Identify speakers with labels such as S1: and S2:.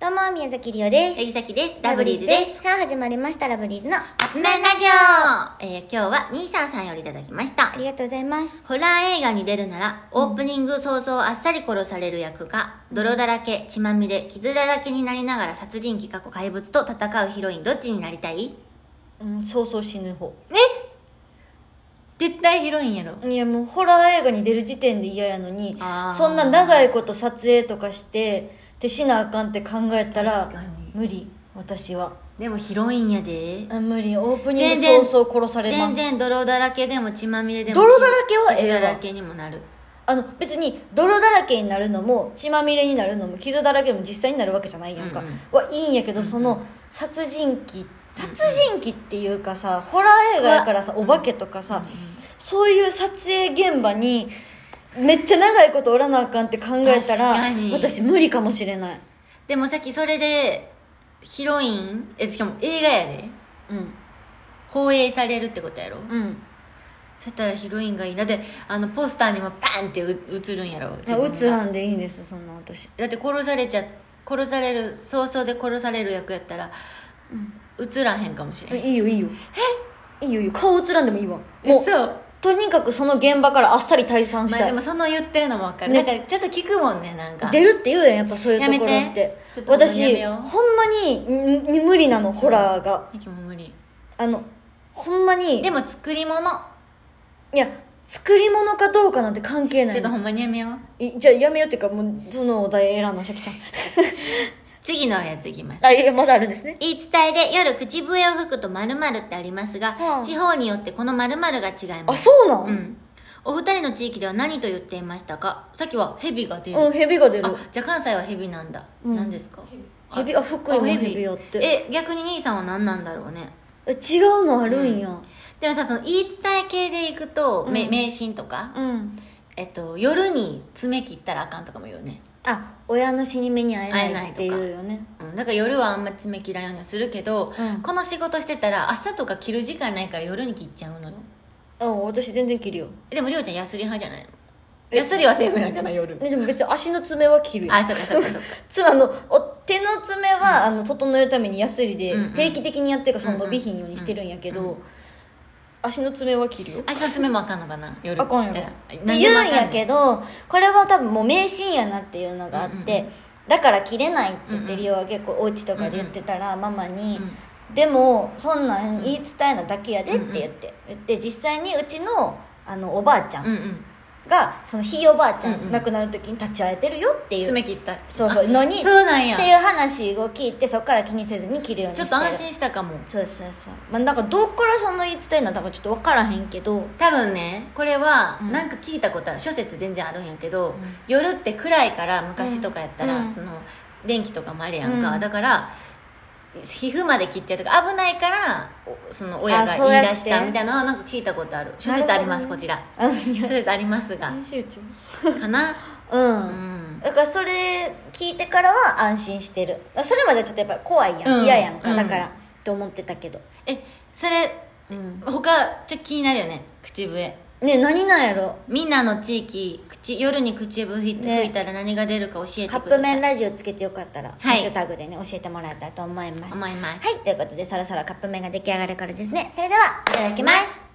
S1: どうも宮崎りおで
S2: え
S1: す
S2: ぎさきです。ラブリーズです。
S1: すさあ始まりましたラブリーズのあ
S2: アップメンラジオえー、今日は兄さんさんよりいただきました。
S1: りがとうございます
S2: ホラー映画に出るなら、オープニング早々あっさり殺される役か、泥だらけ、血まみれ、傷だらけになりながら殺人鬼過去怪物と戦うヒロインどっちになりたい
S3: うん、そうそう死ぬ方
S2: え絶対ヒロインやろ。
S3: いやもうホラー映画に出る時点で嫌やのに
S2: あー
S3: そんな長いこと撮影とかしてでしなあかんって考えたら
S2: 確かに
S3: 無理私は
S2: でもヒロインやで。
S3: あ無理オープニン
S2: 全然
S3: グ早々殺されま
S2: 全
S3: す
S2: 然泥だらけでも血まみれでも。
S3: 泥だらけはえ
S2: 傷
S3: え
S2: だ
S3: わ
S2: らけにもなる。
S3: あの別に泥だらけになるのも血まみれになるのも傷だらけでも実際になるわけじゃないやんか、
S2: うんうん
S3: はいいんやけどその殺人鬼殺人鬼っていうかさホラー映画やからさお化けとかさ、そういう撮影現場にめっちゃ長いことおらなあかんって考え
S2: 確
S3: た
S2: からに
S3: 私無理かもしれない
S2: でもさっきそれで、ヒロインえ、しかも映画やで。
S3: うん
S2: 放映されるってことやろ、
S3: うん
S2: そしたらヒロインがいいだってあのポスターにもバンってう映るんやろ自分が
S3: うつらんでいいんですそんな私
S2: だって殺されちゃ殺される早々で殺される役やったら、映らへんかもしれん、
S3: いいよいいよえいいよいいよ顔うつらんでもいいわ
S2: え
S3: も
S2: そう
S3: とにかくその現場からあっさり退散し
S2: ま
S3: た
S2: あ、
S3: い
S2: でもその言ってるのも分かる、
S3: ね
S2: なんかちょっと聞くもんねなんか
S3: 出るって言うやんやっぱそういうところっ
S2: やめて
S3: て
S2: ちょっと
S3: 私
S2: やめよう
S3: ほんまににに無理なのホラーが
S2: ミキも無理
S3: あのほんまに
S2: でも作り物
S3: いや作り物かどうかなんて関係な
S2: ちょ
S3: い
S2: っとほんまにやめよう
S3: いじゃあやめようっていうかもうそのお題選んださ きちゃん
S2: 次のやついきます
S3: あいやまだあるんですね
S2: 言い伝えで夜口笛を吹くと〇〇ってありますが、
S3: はあ
S2: 地方によってこの〇〇が違います
S3: あそうなん
S2: う、ん、お二人の地域では何と言っていましたかさっきは蛇が出る、
S3: うん、蛇が出る
S2: あじゃあ関西は蛇なんだ、
S3: うん
S2: 何ですか
S3: 蛇あ福井も蛇やって
S2: え逆に兄さんは何なんだろうね
S3: え違うのあるんや
S2: でもさその言い伝え系でいくと、め
S3: うん
S2: 迷信とか、
S3: うん、
S2: えっと、夜に爪切ったらあかんとかも言うよね、
S3: あ親の死に目に会
S2: 会え
S3: え
S2: な
S3: ないい
S2: と
S3: っ
S2: か
S3: ていうよね
S2: うん、だから夜はあんま爪切らんようにはするけど、
S3: うん
S2: この仕事してたら朝とか切る時間ないから夜に切っちゃうのよ
S3: うん私全然切るよ
S2: でもりょうちゃんヤスリ派じゃないのヤスリはセーフなんかな夜
S3: ねでも別に足の爪は切るよ
S2: あそうかそうかそうか
S3: つまりあのお手の爪は、あの整えるためにヤスリで
S2: うんうん
S3: 定期的にやってるからそ
S2: うん
S3: の
S2: うん
S3: 伸びひんようにしてるんやけど、
S2: うんう
S3: 足の爪は切るよ
S2: 足の爪もあかんのかな夜
S3: あかんよ
S2: 切っ
S3: って
S2: たら
S3: 言うんやけ
S2: ど
S3: どこれは多分もう迷信やなっていうのがあって、
S2: うん
S3: だから切れないって言って
S2: うんうん
S3: りおは結構お家とかで言ってたら、ママに、
S2: う
S3: でもそんなん言い伝えなだけやで」って言って、言って実際にうちのあのおばあちゃ
S2: うん
S3: ん
S2: うん
S3: が、そのひいおばあちゃ
S2: うんうん
S3: ん亡くなる時に立ち会えてるよっていう、
S2: 爪切った
S3: そうそうのに
S2: そうなんや
S3: っていう話を聞いてそこから気にせずに切るようにし
S2: ち
S3: て
S2: ょ
S3: る
S2: っと安心したかも
S3: そうそうそうまあなんかどっからその言い伝えなのかちょっと分からへんけど
S2: 多分ねこれは
S3: うん
S2: なんか聞いたことある諸説全然あるんやけど、
S3: ん
S2: 夜って暗いから昔とかやったら、
S3: うん
S2: その電気とかもあれやんか、
S3: うん
S2: だから皮膚まで切っちゃうとか危ないからおその親が
S3: あそうや
S2: 言い
S3: って
S2: 出したみたいなのはなんか聞いたことある諸説あります、こちら諸説あります が
S3: 編集長
S2: かな
S3: う
S2: うんん
S3: だからそれ聞いてからは安心してるそれまではちょっとやっぱ怖いやん、
S2: うん
S3: 嫌やんか、
S2: うん
S3: だからって思ってたけど
S2: えそれ
S3: うん
S2: 他ちょっと気になるよね口笛
S3: ね何なんやろ
S2: みんなの地域口夜に口笛吹い
S3: ね
S2: 吹いたら何が出るか教えてく
S3: カ
S2: ださい
S3: ップ麺ラジオつけてよかったら、
S2: はい
S3: ハッシュタグでね教えてもらえたらと思います
S2: 思います
S3: はいということでそろそろカップ麺が出来上がるからですねそれではいただきます